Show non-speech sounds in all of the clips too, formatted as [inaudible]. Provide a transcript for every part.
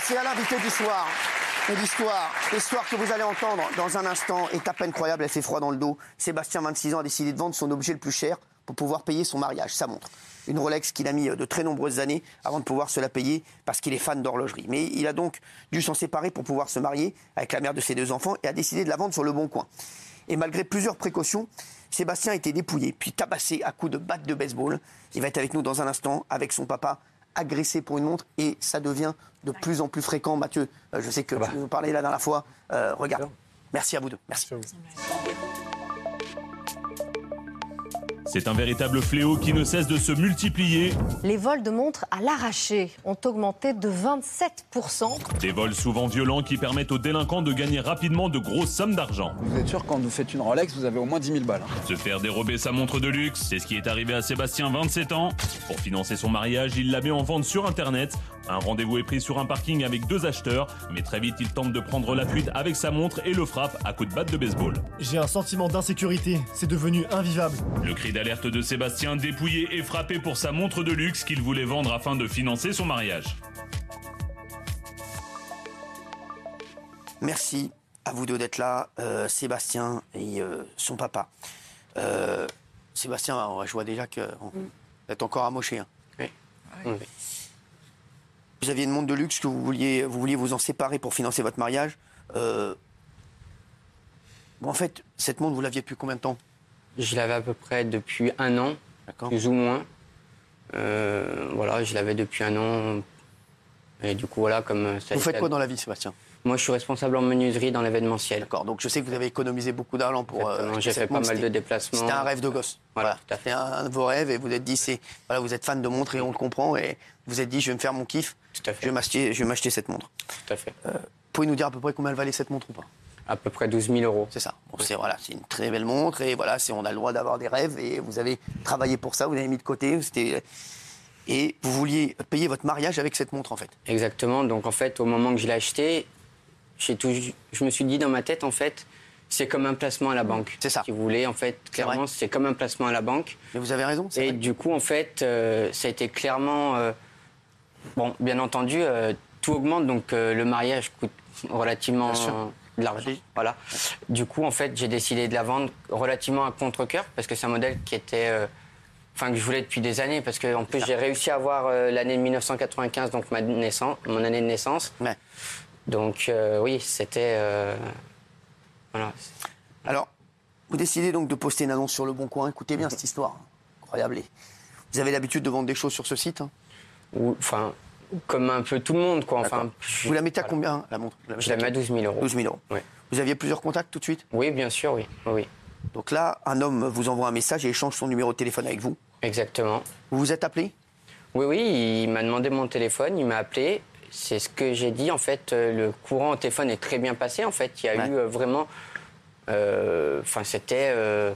c'est à l'invité du soir. Et l'histoire, l'histoire que vous allez entendre dans un instant est à peine croyable, elle fait froid dans le dos. Sébastien, 26 ans, a décidé de vendre son objet le plus cher pour pouvoir payer son mariage, sa montre. Une Rolex qu'il a mis euh, de très nombreuses années avant de pouvoir se la payer parce qu'il est fan d'horlogerie. Mais il a donc dû s'en séparer pour pouvoir se marier avec la mère de ses deux enfants et a décidé de la vendre sur le bon coin. Et malgré plusieurs précautions, Sébastien a été dépouillé, puis tabassé à coups de batte de baseball. Il va être avec nous dans un instant avec son papa agressé pour une montre et ça devient de plus en plus fréquent. Mathieu, euh, je sais que Ah bah. tu nous parlais la dernière fois. Euh, regarde. Merci à vous deux. Merci. C'est un véritable fléau qui ne cesse de se multiplier. Les vols de montres à l'arraché ont augmenté de 27%. Des vols souvent violents qui permettent aux délinquants de gagner rapidement de grosses sommes d'argent. Vous êtes sûr, quand vous faites une Rolex, vous avez au moins 10 000 balles. hein. Se faire dérober sa montre de luxe, c'est ce qui est arrivé à Sébastien, 27 ans. Pour financer son mariage, il la met en vente sur Internet. Un rendez-vous est pris sur un parking avec deux acheteurs, mais très vite, il tente de prendre la fuite avec sa montre et le frappe à coups de batte de baseball. J'ai un sentiment d'insécurité, c'est devenu invivable. Le cri d'alerte de Sébastien, dépouillé et frappé pour sa montre de luxe qu'il voulait vendre afin de financer son mariage. Merci à vous deux d'être là, euh, Sébastien et euh, son papa. Euh, Sébastien, alors, je vois déjà que on- vous êtes encore amoché. hein. Oui. Vous aviez une montre de luxe que vous vouliez, vous vouliez vous en séparer pour financer votre mariage. Euh, bon, en fait, cette montre, vous l'aviez depuis combien de temps Je l'avais à peu près depuis un an, D'accord. plus ou moins. Euh, voilà, je l'avais depuis un an. Et du coup, voilà, comme euh, ça. Vous faites quoi dans la vie, Sébastien Moi, je suis responsable en menuiserie dans l'événementiel. D'accord. Donc je sais que vous avez économisé beaucoup d'argent pour. euh, Exactement, acheter j'ai fait cette pas montre. mal de C'était- déplacements. C'était un rêve de gosse. Voilà, tout à fait. C'était un de vos rêves et vous vous êtes dit, c'est voilà, vous êtes fan de montres et on le comprend et vous vous êtes dit, je vais me faire mon kiff. Tout à fait. Je vais m'acheter, je vais m'acheter cette montre. Tout à fait. Pouvez-vous nous dire à peu près combien elle valait cette montre ou pas À peu près 12 000 euros. C'est ça. Bon, c'est voilà, c'est une très belle montre et voilà, c'est on a le droit d'avoir des rêves et vous avez travaillé pour ça, vous l'avez mis de côté, c'était et vous vouliez payer votre mariage avec cette montre en fait. Exactement. Donc en fait, au moment que je l'ai acheté, j'ai tout- je me suis dit dans ma tête, en fait, c'est comme un placement à la banque. Mmh. C'est ça. Si vous voulez, en fait, clairement, vrai. c'est comme un placement à la banque. Mais vous avez raison. c'est Et vrai. du coup, en fait, euh, ça a été clairement. euh, bon, bien entendu, euh, tout augmente, donc euh, le mariage coûte relativement Bien sûr. euh, de l'argent. Voilà. Du coup, en fait, j'ai décidé de la vendre relativement à contre-coeur parce que c'est un modèle qui était. euh, Enfin, que je voulais depuis des années, parce que en plus j'ai réussi à avoir euh, l'année 1995, donc ma naissance, mon année de naissance. Ouais. Donc euh, oui, c'était euh, voilà. Alors, vous décidez donc de poster une annonce sur Le Bon Coin. Écoutez bien cette histoire. Incroyable. Et Vous avez l'habitude de vendre des choses sur ce site. hein Ou- Enfin, comme un peu tout le monde, quoi. Enfin, je- vous la mettez à voilà. combien, la montre Vous Je la mets à 12 000 euros. 12 000 euros. Ouais. Vous aviez plusieurs contacts tout de suite Oui, bien sûr, oui. oui. Donc là, un homme vous envoie un message et échange son numéro de téléphone avec vous. Exactement. Vous vous êtes appelé Oui, oui, il m'a demandé mon téléphone, il m'a appelé. C'est ce que j'ai dit, en fait, euh, le courant au téléphone est très bien passé, en fait. Il y a Ouais. eu euh, vraiment... euh, Enfin, c'était euh,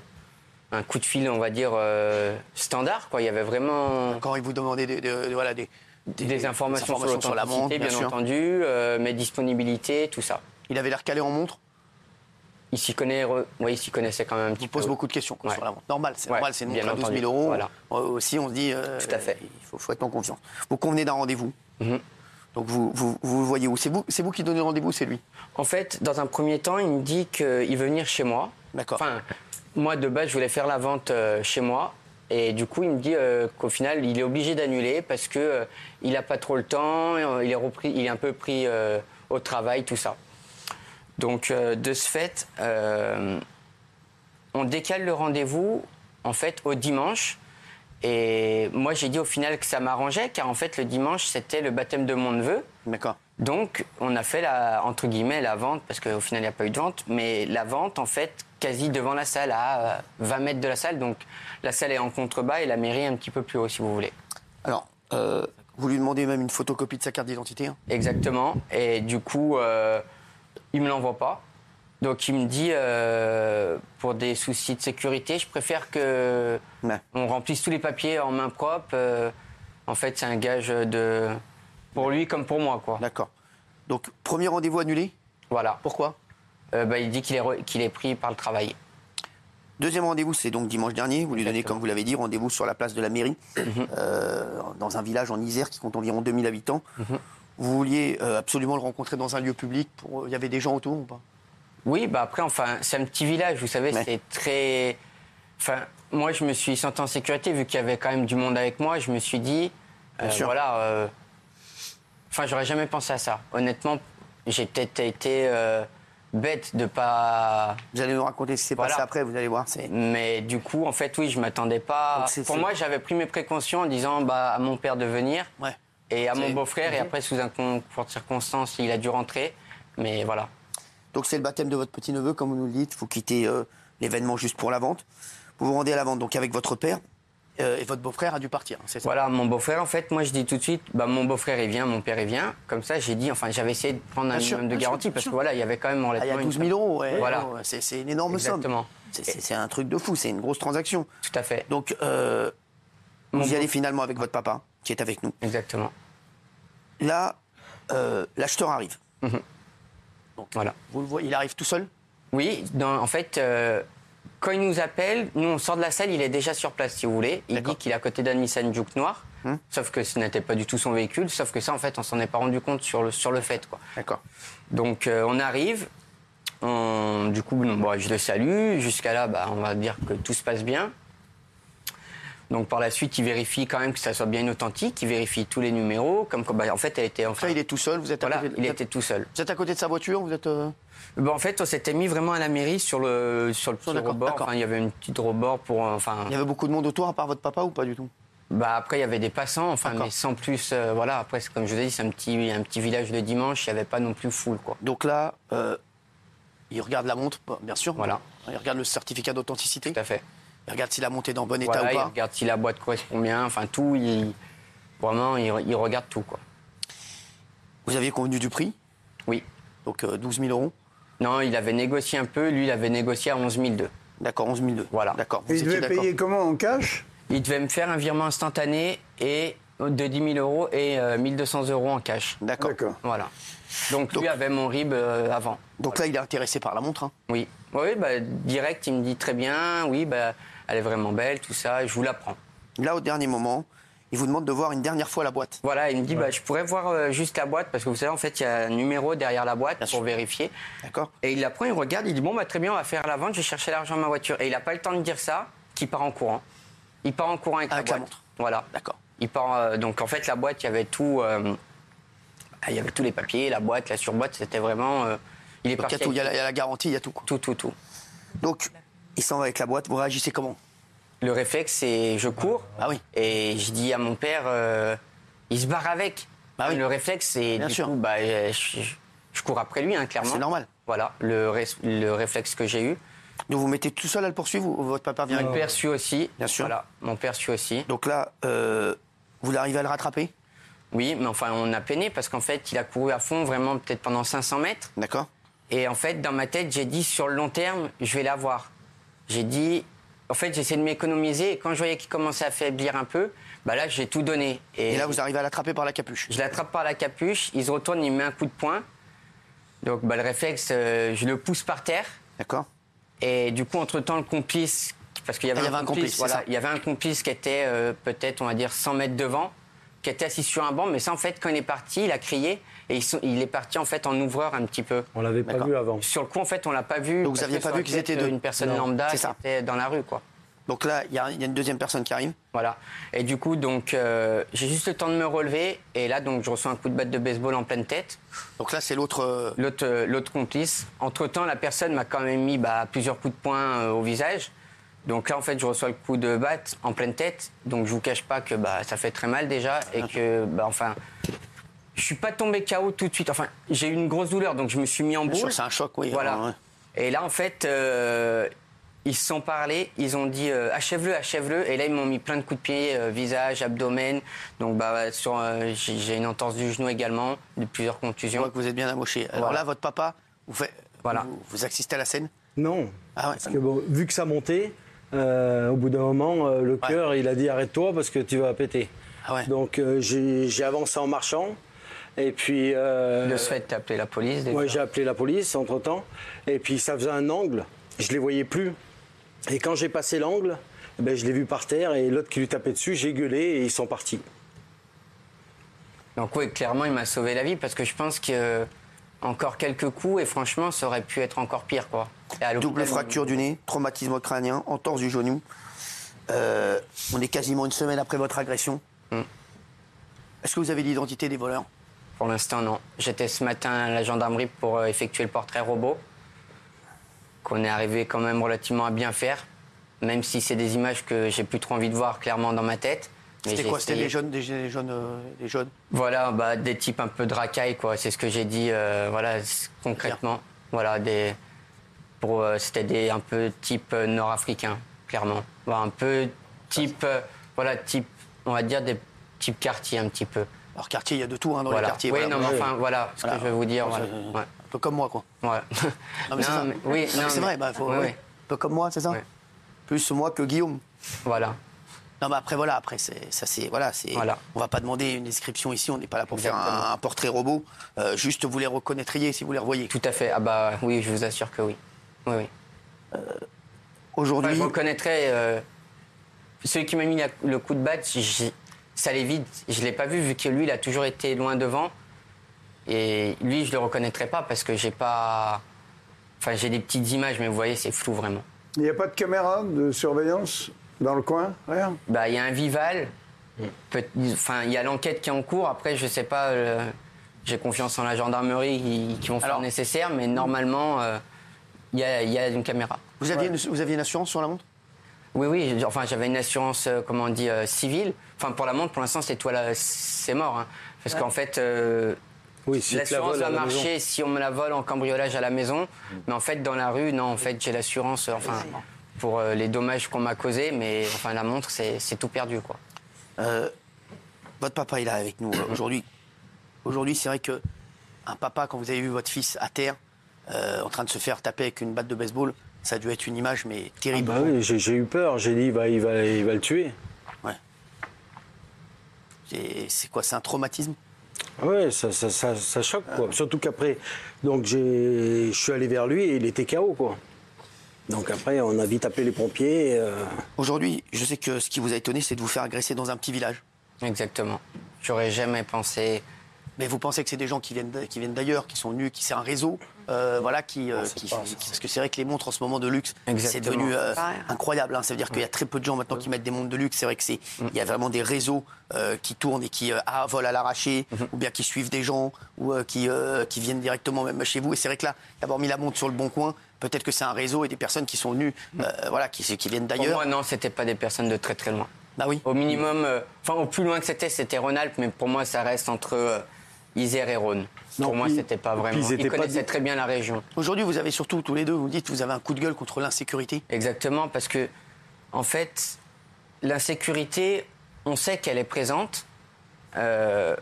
un coup de fil, on va dire, euh, standard, quoi. Il y avait vraiment Quand il vous demandait des, des- des- voilà, des, des, informations, sur, la montre, bien, bien, sûr. entendu, euh, mes disponibilités, tout ça. Il avait l'air calé en montre. Il s'y connaît, re- oui, il s'y connaissait quand même un Il petit pose peu. beaucoup de questions quoi, Ouais. sur la montre. Normal, c'est Ouais, normal, c'est une bien montre à 12 entendu. 000 euros. Voilà. Euh, aussi, on se dit. euh, Tout à fait. Il faut, faut être en confiance. Vous convenez d'un rendez-vous. Mhm. Donc vous, vous, vous le voyez où C'est vous, c'est vous qui donnez le rendez-vous, c'est lui. En fait, dans un premier temps, il me dit qu'il veut venir chez moi. D'accord. Enfin, moi, de base, je voulais faire la vente euh, chez moi. Et du coup, il me dit euh, qu'au final, il est obligé d'annuler parce que euh, il n'a pas trop le temps, et, euh, il est, repris, il est un peu pris euh, au travail, tout ça. Donc, euh, de ce fait, euh, on décale le rendez-vous, en fait, au dimanche. Et moi, j'ai dit au final que ça m'arrangeait, car en fait, le dimanche, c'était le baptême de mon neveu. D'accord. Donc, on a fait la, entre guillemets, la vente, parce qu'au final, il n'y a pas eu de vente, mais la vente, en fait, quasi devant la salle, à euh, 20 mètres de la salle. Donc, la salle est en contrebas et la mairie est un petit peu plus haut, si vous voulez. Alors, euh, vous lui demandez même une photocopie de sa carte d'identité. hein. Exactement. Et du coup, euh, il me l'envoie pas. Donc, il me dit, euh, pour des soucis de sécurité, je préfère que Ouais. on remplisse tous les papiers en main propre. Euh, en fait, c'est un gage de. pour lui comme pour moi, quoi. D'accord. Donc, premier rendez-vous annulé. Voilà. Pourquoi Euh, bah, il dit qu'il est, re- qu'il est pris par le travail. Deuxième rendez-vous, c'est donc dimanche dernier. Vous lui donnez, Exactement. Mhm. comme vous l'avez dit, Mhm. rendez-vous sur la place de la mairie, euh, dans un village en Isère qui compte environ 2000 habitants. vous vouliez euh, absolument le rencontrer dans un lieu public pour... Il y avait des gens autour ou pas Oui, bah après, enfin, c'est un petit village, vous savez, Ouais. c'est très. Enfin, moi, je me suis senti en sécurité vu qu'il y avait quand même du monde avec moi. Je me suis dit, euh, sûr. voilà. euh, Enfin, j'aurais jamais pensé à ça. Honnêtement, j'ai peut-être été euh, bête de pas. Vous allez nous raconter ce qui s'est Voilà. passé après, vous allez voir. c'est- Mais du coup, en fait, oui, je m'attendais pas. Donc, c'est- Pour c'est- moi, j'avais pris mes précautions en disant bah, à mon père de venir Ouais. et à mon C'est- beau-frère. Et après, sous un concours de circonstances, il a dû rentrer. Mais voilà. Donc c'est le baptême de votre petit-neveu, comme vous nous le dites. Vous quittez euh, l'événement juste pour la vente. Vous vous rendez à la vente, donc avec votre père. euh, et votre beau-frère a dû partir, hein, c'est ça Voilà, mon beau-frère, en fait, moi, je dis tout de suite bah, mon beau-frère, il vient, mon père, il vient. Comme ça, j'ai dit, enfin, j'avais essayé de prendre un Bien sûr, minimum de bien sûr, garantie bien parce que sûr. voilà, il y avait quand même Ah, il y enlèvement. a 12 000 euros, ouais, Voilà, ouais, c'est c'est une énorme Exactement. somme. C'est- C'est c'est un truc de fou, c'est une grosse transaction. tout à fait. Donc, euh, Mon vous y beau- allez finalement avec votre papa, qui est avec nous. Exactement. Là, euh, l'acheteur arrive. Donc, Voilà. Vous le voyez, il arrive tout seul Oui, dans- en fait, euh, quand il nous appelle, nous on sort de la salle, il est déjà sur place si vous voulez. Il D'accord. Hmm. dit qu'il est à côté d'un Nissan Juke noir, sauf que ce n'était pas du tout son véhicule, sauf que ça en fait on s'en est pas rendu compte sur le, sur le fait quoi. D'accord. Donc euh, on arrive, on- du coup bon, bah, je le salue, jusqu'à là bah, on va dire que tout se passe bien. Donc par la suite il vérifie quand même que ça soit bien authentique, il vérifie tous les numéros, comme quoi, bah, en fait elle était enfin... Là, il est tout seul, vous êtes, à voilà, côté de... il était tout seul. vous êtes à côté de sa voiture, vous êtes... euh, Bah, en fait, on s'était mis vraiment à la mairie sur le, sur le petit d'accord, rebord. d'accord. Enfin, il y avait une petite rebord pour. euh, Enfin, Il y avait beaucoup de monde autour, à part votre papa ou pas du tout bah, après, il y avait des passants, enfin, D'accord. mais sans plus. euh, voilà, après, c'est comme je vous ai dit, c'est un petit, un petit village de dimanche, il n'y avait pas non plus foule, quoi. Donc là, euh, il regarde la montre, bah, bien sûr. Voilà. Il regarde le certificat d'authenticité. Tout à fait. Il regarde si la montre est dans bon état Voilà, ou il pas. regarde si la boîte correspond bien, enfin, tout. Il, vraiment, il, il regarde tout, quoi. Vous aviez convenu du prix, Oui. donc euh, 12 000 euros. Non, il avait négocié un peu, lui, il avait négocié à 11 002. D'accord, 11 002. Voilà. D'accord. Vous Il étiez devait d'accord. payer comment En cash Il devait me faire un virement instantané et, euh, de 10 000 euros et euh, 1 1200 euros en cash. D'accord. D'accord. Voilà. Donc, lui avait mon RIB euh, avant. Donc là, il est intéressé par la montre. hein. Oui, oui, bah, direct, il me dit très bien, oui, bah, elle est vraiment belle, tout ça, je vous la prends. Là, au dernier moment, il vous demande de voir une dernière fois la boîte. Voilà, il me dit, bah, je pourrais voir euh, juste la boîte, parce que vous savez, en fait, il y a un numéro derrière la boîte pour sûr. vérifier. D'accord Et il la prend, il regarde, il dit, bon, bah, très bien, on va faire la vente, je vais chercher l'argent dans ma voiture. Et il n'a pas le temps de dire ça, qu'il part en courant. Il part en courant avec, Avec la la boîte. montre. Voilà. D'accord. Il part, euh, donc en fait, la boîte, il y avait tout. euh, ah, il y avait tous les papiers, la boîte, la surboîte, c'était vraiment. euh, il est Donc il y parti. a tout, il y a, la- avec il y a la garantie, il y a tout. quoi. tout, tout, tout. Donc, il s'en va avec la boîte, vous réagissez comment Le réflexe, c'est je cours. Ah oui. Et je dis à mon père, euh, il se barre avec. Bah oui. Le réflexe, c'est Bien du sûr. coup, bah, euh, je, je cours après lui, hein, clairement. C'est normal. Voilà, le, res- le réflexe que j'ai eu. Vous vous mettez tout seul à le poursuivre ou votre papa vient Mon avec père suit aussi. Bien sûr. Voilà, mon père suit aussi. Donc là, euh, vous arrivez à le rattraper Oui, mais enfin, on a peiné parce qu'en fait, il a couru à fond, vraiment, peut-être pendant 500 mètres. D'accord Et en fait, dans ma tête, j'ai dit sur le long terme, je vais l'avoir. J'ai dit, en fait, j'essaie de m'économiser. Et quand je voyais qu'il commençait à faiblir un peu, bah là, j'ai tout donné. Et là, vous arrivez à l'attraper par la capuche. Je l'attrape par la capuche, il se retourne, il me met un coup de poing. Donc bah, le réflexe, euh, je le pousse par terre. D'accord Et du coup, entre-temps, le complice, parce qu'il y avait, Ah, il y avait un complice, c'est voilà, ça. il y avait un complice qui était euh, peut-être, on va dire, 100 mètres devant, qui était assis sur un banc. Mais ça, en fait, quand il est parti, il a crié. Et ils sont- il est parti, en fait, en ouvreur un petit peu. On l'avait pas D'accord. vu avant. Sur le coup, en fait, on l'a pas vu. Donc, vous parce aviez que pas ça aurait vu qu'ils pu être étaient deux. Une personne Non, lambda c'est qui ça. était dans la rue, quoi. Donc là, il y, a il y a une deuxième personne qui arrive. Voilà. Et du coup, donc, euh, j'ai juste le temps de me relever. Et là, donc, je reçois un coup de batte de baseball en pleine tête. Donc là, c'est l'autre. euh, L'autre, euh, l'autre complice. Entre-temps, la personne m'a quand même mis bah, plusieurs coups de poing euh, au visage. Donc là, en fait, je reçois le coup de batte en pleine tête. Donc je vous cache pas que bah, ça fait très mal déjà et que, bah, enfin, je suis pas tombé KO tout de suite. Enfin, j'ai eu une grosse douleur, donc je me suis mis en Bien sûr, boule. c'est un choc, oui. Voilà. euh, ouais. Et là, en fait, euh, ils se sont parlé, ils ont dit euh, achève-le, achève-le. Et là, ils m'ont mis plein de coups de pied, euh, visage, abdomen. Donc, bah, sur, euh, j'ai j'ai une entorse du genou également, de plusieurs Je contusions. vois que vous êtes bien amoché. Alors Voilà. là, votre papa, vous, fait, Voilà. vous, vous assistez à la scène Non. Ah ouais. Parce que bon, vu que ça montait, euh, au bout d'un moment, euh, le cœur, il a dit arrête-toi parce que tu vas péter. Ah ouais. Donc euh, j'ai j'ai avancé en marchant. Et puis. euh, De ce fait, t'as appelé la police déjà. Ouais, j'ai appelé la police entre temps. Et puis ça faisait un angle, je les voyais plus. Et quand j'ai passé l'angle, eh ben, je l'ai vu par terre et l'autre qui lui tapait dessus, j'ai gueulé et ils sont partis. Donc oui, clairement, il m'a sauvé la vie parce que je pense que euh, encore quelques coups et franchement, ça aurait pu être encore pire, quoi. Et à l'hôpital, Double fracture du nez, traumatisme crânien, entorse du genou. Euh, on est quasiment une semaine après votre agression. Hmm. Est-ce que vous avez l'identité des voleurs Pour l'instant, non. J'étais ce matin à la gendarmerie pour euh, effectuer le portrait robot, qu'on est arrivé quand même relativement à bien faire, même si c'est des images que j'ai plus trop envie de voir clairement dans ma tête. Mais C'était j'ai quoi C'était essayé. des jeunes, des, des jeunes, euh, des jeunes. Voilà, bah, des types un peu de racaille, quoi. C'est ce que j'ai dit, euh, voilà, c- concrètement. Voilà, des. Pour, euh, c'était des un peu type euh, nord-africain, clairement. Bah, un peu type. euh, voilà, type. On va dire des types quartiers, un petit peu. Alors quartier, il y a de tout hein, dans voilà. les quartiers. oui, voilà. non, mais enfin, voilà ce Voilà. que je veux vous dire. Ça, Voilà. ça, Ouais. Un peu comme moi, quoi. Voilà. Non, mais [laughs] c'est Non, ça. mais- oui, Non, mais non, c'est mais- vrai, bah, faut- oui, ouais. oui. un peu comme moi, c'est ça Ouais. Plus moi que Guillaume. Voilà. Non, mais après, voilà, après, c'est, ça, c'est, voilà, c'est, Voilà. on va pas demander une description ici, on n'est pas là pour faire Exactement. un, un portrait robot. Euh, juste, vous les reconnaîtriez si vous les revoyez. Tout à fait. Ah, bah oui, je vous assure que oui. Oui, oui. Enfin, Aujourd'hui, je reconnaîtrais euh, celui qui m'a mis la- le coup de batte. j- ça allait vite. Je l'ai pas vu vu que lui, il a toujours été loin devant. Et lui, je le reconnaîtrais pas parce que j'ai pas. Enfin, j'ai des petites images, mais vous voyez, c'est flou vraiment. Il n'y a pas de caméra de surveillance dans le coin Rien Bah, il y a un Vival. Peut- Enfin, il y a l'enquête qui est en cours. Après, je sais pas. euh, j'ai confiance en la gendarmerie qui, qui vont faire Alors- le nécessaire, mais normalement, euh, il y a- il y a une caméra. vous, aviez une, vous aviez une assurance sur la montre Oui, oui, j- enfin j'avais une assurance, euh, comment on dit, euh, civile. Enfin pour la montre, pour l'instant c'est toi là, c'est mort. hein. Parce qu'en fait, euh, Oui, si tu la l'assurance voles à va la Mm. marcher si on me la vole en cambriolage à la maison. Mais en fait dans la rue, non, en fait j'ai l'assurance, euh, enfin pour euh, les dommages qu'on m'a causés, mais enfin la montre c'est c'est tout perdu quoi. Euh, Votre papa, il est avec nous [coughs] euh, aujourd'hui. Aujourd'hui, c'est vrai que un papa, quand vous avez vu votre fils à terre, euh, en train de se faire taper avec une batte de baseball, ça a dû être une image, mais Ah terrible. bah oui, j'ai j'ai eu peur. J'ai dit, bah, il, va, il va le tuer. Ouais. C'est- C'est quoi C'est un traumatisme Oui, ça, ça, ça, ça choque, quoi. Surtout qu'après, donc j'ai- je suis allé vers lui et il était KO, quoi. Donc après, on a vite appelé les pompiers. euh, Aujourd'hui, je sais que ce qui vous a étonné, c'est de vous faire agresser dans un petit village. Exactement. J'aurais jamais pensé. Mais vous pensez que c'est des gens qui viennent d- qui viennent d'ailleurs, qui sont venus, qui c'est un réseau, euh, voilà, qui, euh, qui- qui- parce que c'est vrai que les montres en ce moment de luxe, c'est Exactement. devenu euh, C'est pareil. incroyable. hein. Ça veut dire qu'il y a très peu de gens maintenant qui mettent des montres de luxe. C'est vrai que c'est Mm. il y a vraiment des réseaux euh, qui tournent et qui euh, ah, volent à l'arraché, Mm-hmm. ou bien qui suivent des gens, ou euh, qui euh, qui viennent directement même chez vous. Et c'est vrai que là, d'avoir mis la montre sur le bon coin, peut-être que c'est un réseau et des personnes qui sont venues, euh, voilà, qui qui viennent Mm. Pour d'ailleurs. moi non, c'était pas des personnes de très très loin. Bah oui. Au minimum, euh, enfin au plus loin que c'était, c'était Rhône-Alpes, mais pour moi ça reste entre euh, Isère et Rhône. Non, pour moi, puis- c'était pas puis vraiment. ils Ils, étaient pas connaissaient du- très bien la région. Aujourd'hui, vous avez surtout tous les deux, vous me dites, vous avez un coup de gueule contre l'insécurité. Exactement, parce que, en fait, l'insécurité, on sait qu'elle est présente, euh,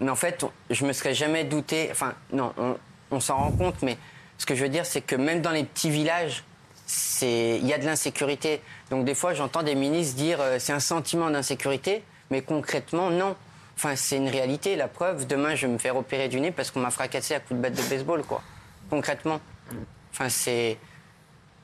mais en fait, on- je me serais jamais douté. Enfin, non, on, on s'en rend compte, mais ce que je veux dire, c'est que même dans les petits villages, c'est- il y a de l'insécurité. Donc, des fois, j'entends des ministres dire euh, c'est un sentiment d'insécurité, mais concrètement, non. Enfin, c'est une réalité. La preuve, demain, je vais me faire opérer du nez parce qu'on m'a fracassé à coups de batte de baseball, quoi. Concrètement. Enfin, c'est.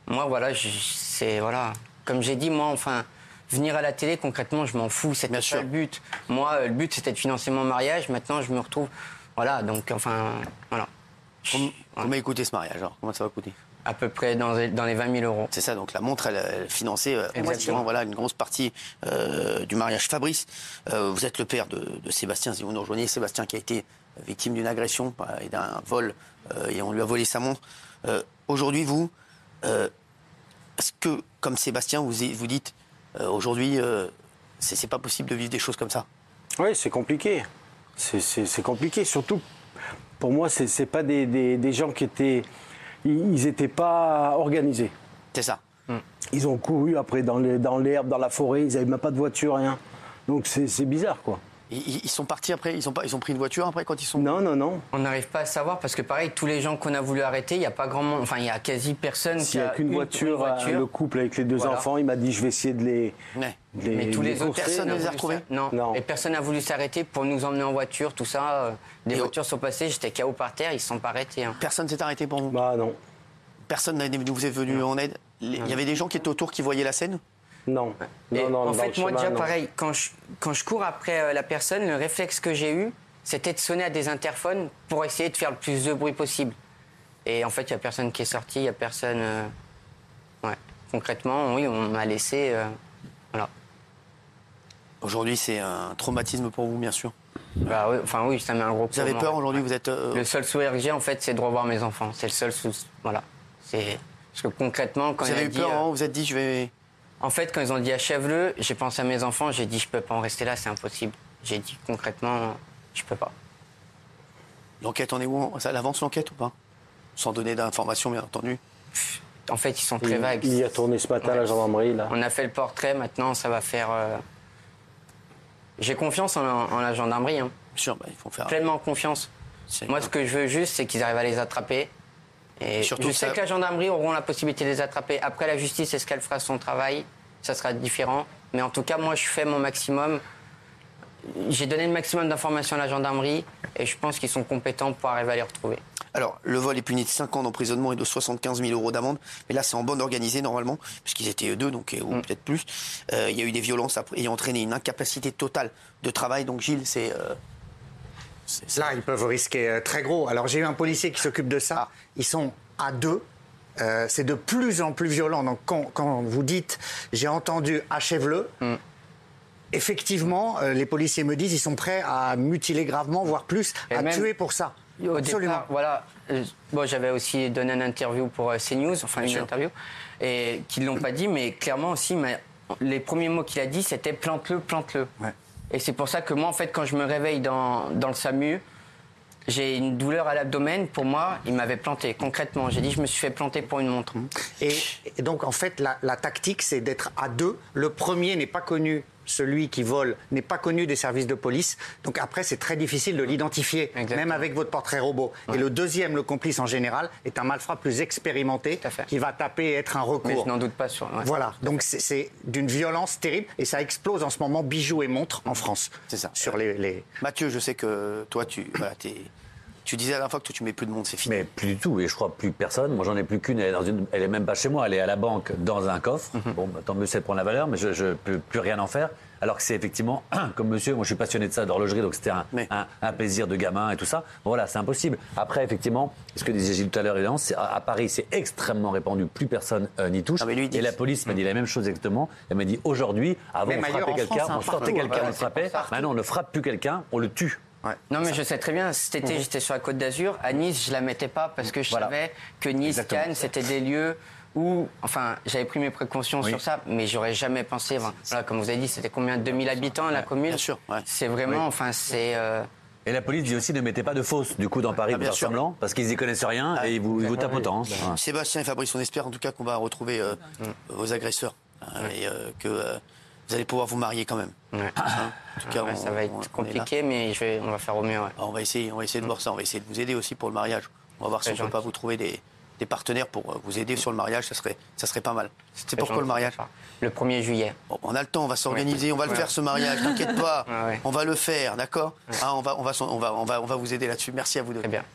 Moi, voilà, je- c'est voilà. Comme j'ai dit, moi, enfin, venir à la télé, concrètement, je m'en fous. C'était Bien pas sûr. le but. Moi, euh, le but, c'était de financer mon mariage. Maintenant, je me retrouve, voilà. Donc, enfin, voilà. Mm. Com- Combien écoutez ce mariage alors Comment ça va coûter À peu près dans, les- dans les 20 000 euros. C'est ça, donc la montre, elle, elle finançait euh, pratiquement, voilà, une grosse partie euh, du mariage. Fabrice, euh, vous êtes le père de, de Sébastien, si vous nous rejoignez, Sébastien qui a été victime d'une agression par- et d'un vol, euh, et on lui a volé sa montre. Euh, aujourd'hui, vous, euh, est-ce que, comme Sébastien, vous, vous dites, euh, aujourd'hui, euh, c'est, c'est pas possible de vivre des choses comme ça Oui, c'est compliqué. C'est- C'est c'est compliqué. Surtout, pour moi, c'est c'est pas des, des- des gens qui étaient. Ils ils étaient pas organisés. C'est ça. Ils ont couru après dans les- dans l'herbe, dans la forêt. Ils n'avaient même pas de voiture, rien. Donc c'est c'est bizarre, quoi. Ils- Ils, ils sont partis après, ils ont, pas, ils ont pris une voiture après quand ils sont. Non, non, non. On n'arrive pas à savoir parce que pareil, tous les gens qu'on a voulu arrêter, il n'y a pas grand monde. Enfin, il y a quasi personne qui S'il n'y a a qu'une une- voiture, une euh, le couple avec les deux Voilà. enfants, il m'a dit je vais essayer de les. Ouais. de les- Mais tous de les autres, courser. personne n'a ne les a voulu retrouvés s'ar- Non. Non. Et personne n'a voulu s'arrêter pour nous emmener en voiture, tout ça. euh, Des Et au- voitures sont passées, j'étais KO par terre, ils se sont pas arrêtés. hein. Personne s'est arrêté pour vous. Bah non, Personne n'est venu- vous est venu en aide. Les- Il y avait des gens qui étaient autour qui voyaient la scène non. Et non, non en dans fait, le moi, chemin, déjà, non. pareil, quand je, quand je cours après euh, la personne, le réflexe que j'ai eu, c'était de sonner à des interphones pour essayer de faire le plus de bruit possible. Et en fait, il n'y a personne qui est sorti, il n'y a personne. euh, Ouais. Concrètement, oui, on m'a laissé. euh, Voilà. Aujourd'hui, c'est un traumatisme pour vous, bien sûr. Bah, oui, enfin, oui, ça met un gros coup. Vous avez au peur moral. aujourd'hui Vous êtes. euh, Le seul sourire que j'ai, en fait, c'est de revoir mes enfants. C'est le seul sou... Voilà. C'est... Parce que concrètement, quand vous il a avez eu dit, peur, euh, hein, vous vous êtes dit, je vais. En fait, quand ils ont dit achève-le, j'ai pensé à mes enfants, j'ai dit je peux pas en rester là, c'est impossible. J'ai dit concrètement, je peux pas. L'enquête en est où hein Ça, Elle avance l'enquête ou pas Sans donner d'informations, bien entendu. En fait, ils sont Il, très vagues. il y a tourné ce matin à Ouais. la gendarmerie, là. On a fait le portrait, maintenant ça va faire. euh, J'ai confiance en, en la gendarmerie, hein. Bien sûr, bah, il faut Ah. faire. pleinement confiance. c'est- Moi, ce que je veux juste, c'est qu'ils arrivent à les attraper. Et Surtout je sais ça- que la gendarmerie auront la possibilité de les attraper. Après, la justice, est-ce qu'elle fera son travail Ça sera différent. Mais en tout cas, moi, je fais mon maximum. J'ai donné le maximum d'informations à la gendarmerie et je pense qu'ils sont compétents pour arriver à les retrouver. Alors, le vol est puni de 5 ans d'emprisonnement et de 75 000 euros d'amende. Mais là, c'est en bande organisée, normalement, puisqu'ils étaient eux deux, donc, euh, ou Mm. peut-être plus. Euh, Il y a eu des violences après- ayant entraîné une incapacité totale de travail. Donc, Gilles, c'est. euh, Là, ils peuvent risquer euh, très gros. Alors, j'ai eu un policier qui s'occupe de ça. Ils sont à deux. Euh, c'est de plus en plus violent. Donc, quand, quand vous dites j'ai entendu achève-le, Mm. effectivement, euh, les policiers me disent ils sont prêts à mutiler gravement, voire plus, Et à même- tuer pour ça. Au Absolument. départ, voilà. euh, Bon, j'avais aussi donné une interview pour euh, CNews, enfin une sûr. interview, et qu'ils l'ont pas dit, mais clairement aussi, il m'a- les premiers mots qu'il a dit, c'était plante-le, plante-le. Ouais. Et c'est pour ça que moi, en fait, quand je me réveille dans, dans le SAMU, j'ai une douleur à l'abdomen. Pour moi, il m'avait planté. Concrètement, j'ai dit, je me suis fait planter pour une montre. Et, et donc, en fait, la, la tactique, c'est d'être à deux. Le premier n'est pas connu, celui qui vole n'est pas connu des services de police. Donc après, c'est très difficile de l'identifier, Exactement. même avec votre portrait robot. Et le deuxième, le complice en général, est un malfrat plus expérimenté Tout à fait. qui va taper et être un recours. Mais je n'en doute pas sur. ouais. Voilà, donc c'est- c'est d'une violence terrible et ça explose en ce moment bijoux et montres en France. C'est ça. Sur les, les- Mathieu, je sais que toi, tu. Voilà, t'es- Tu disais à la dernière fois que toi, tu mets plus de monde, c'est fini. Mais plus du tout, et je crois plus personne. Moi, j'en ai plus qu'une. Elle, est dans une- elle est même pas chez moi. Elle est à la banque dans un coffre. Mhm. Bon, bah, tant mieux, c'est de prendre la valeur, mais je, je peux plus rien en faire. Alors que c'est effectivement, [clears throat] comme monsieur, moi, je suis passionné de ça, d'horlogerie, donc c'était un, Mais- un- un plaisir de gamin et tout ça. Bon, voilà, c'est impossible. Après, effectivement, ce que disait Gilles tout à l'heure, évidemment, c'est à, à Paris, c'est extrêmement répandu. Plus personne euh, n'y touche. Ah, mais lui, il dit- et la police m'a dit la même chose exactement. Elle m'a dit aujourd'hui, avant Mm. Même on ailleurs, frappait en France, quelqu'un, hein, on sortait partout, quelqu'un, ouais, on le c'est pour frappait. ça, partout. Maintenant, on ne frappe plus quelqu'un, on le tue. Non, mais je sais très bien, cet Mhm. été, j'étais sur la côte d'Azur. À Nice, je la mettais pas parce que je Voilà. savais que Nice, Exactement. Cannes, c'était des lieux où. Enfin, j'avais pris mes précautions sur ça, mais j'aurais jamais pensé. Voilà, comme vous avez dit, c'était combien 2000 habitants, la commune bien sûr, ouais. C'est vraiment. Enfin, c'est. euh, Et la police dit aussi ne mettez pas de fausses du coup dans Paris Ah, pour bien faire sûr. semblant parce qu'ils y connaissent rien et ils vous, ils vous tapent autant. hein. Ouais. Sébastien et Fabrice, on espère en tout cas qu'on va retrouver euh, vos agresseurs hein, et euh, que euh, vous allez pouvoir vous marier quand même. ouais. [laughs] hein. En tout cas, Mm. Ouais, on- ça va on- on est être là. compliqué, Mm. mais je vais- on va faire au mieux. ouais. Alors, on va essayer, on va essayer de voir ça. On va essayer de vous aider aussi pour le mariage. On va voir si Très on peut gentil. pas vous trouver des, des partenaires pour euh, vous aider sur le mariage. Ça serait, ça serait pas mal. C'était pourquoi le mariage Le 1er juillet. Bon, On a le temps, on va s'organiser, on va le faire ce mariage. T'inquiète pas, [laughs] Ouais, ouais. Hein, on va le faire, d'accord Ah, On va, on va, s'en- on va, on va, on va vous aider là-dessus. Merci à vous deux. Très bien.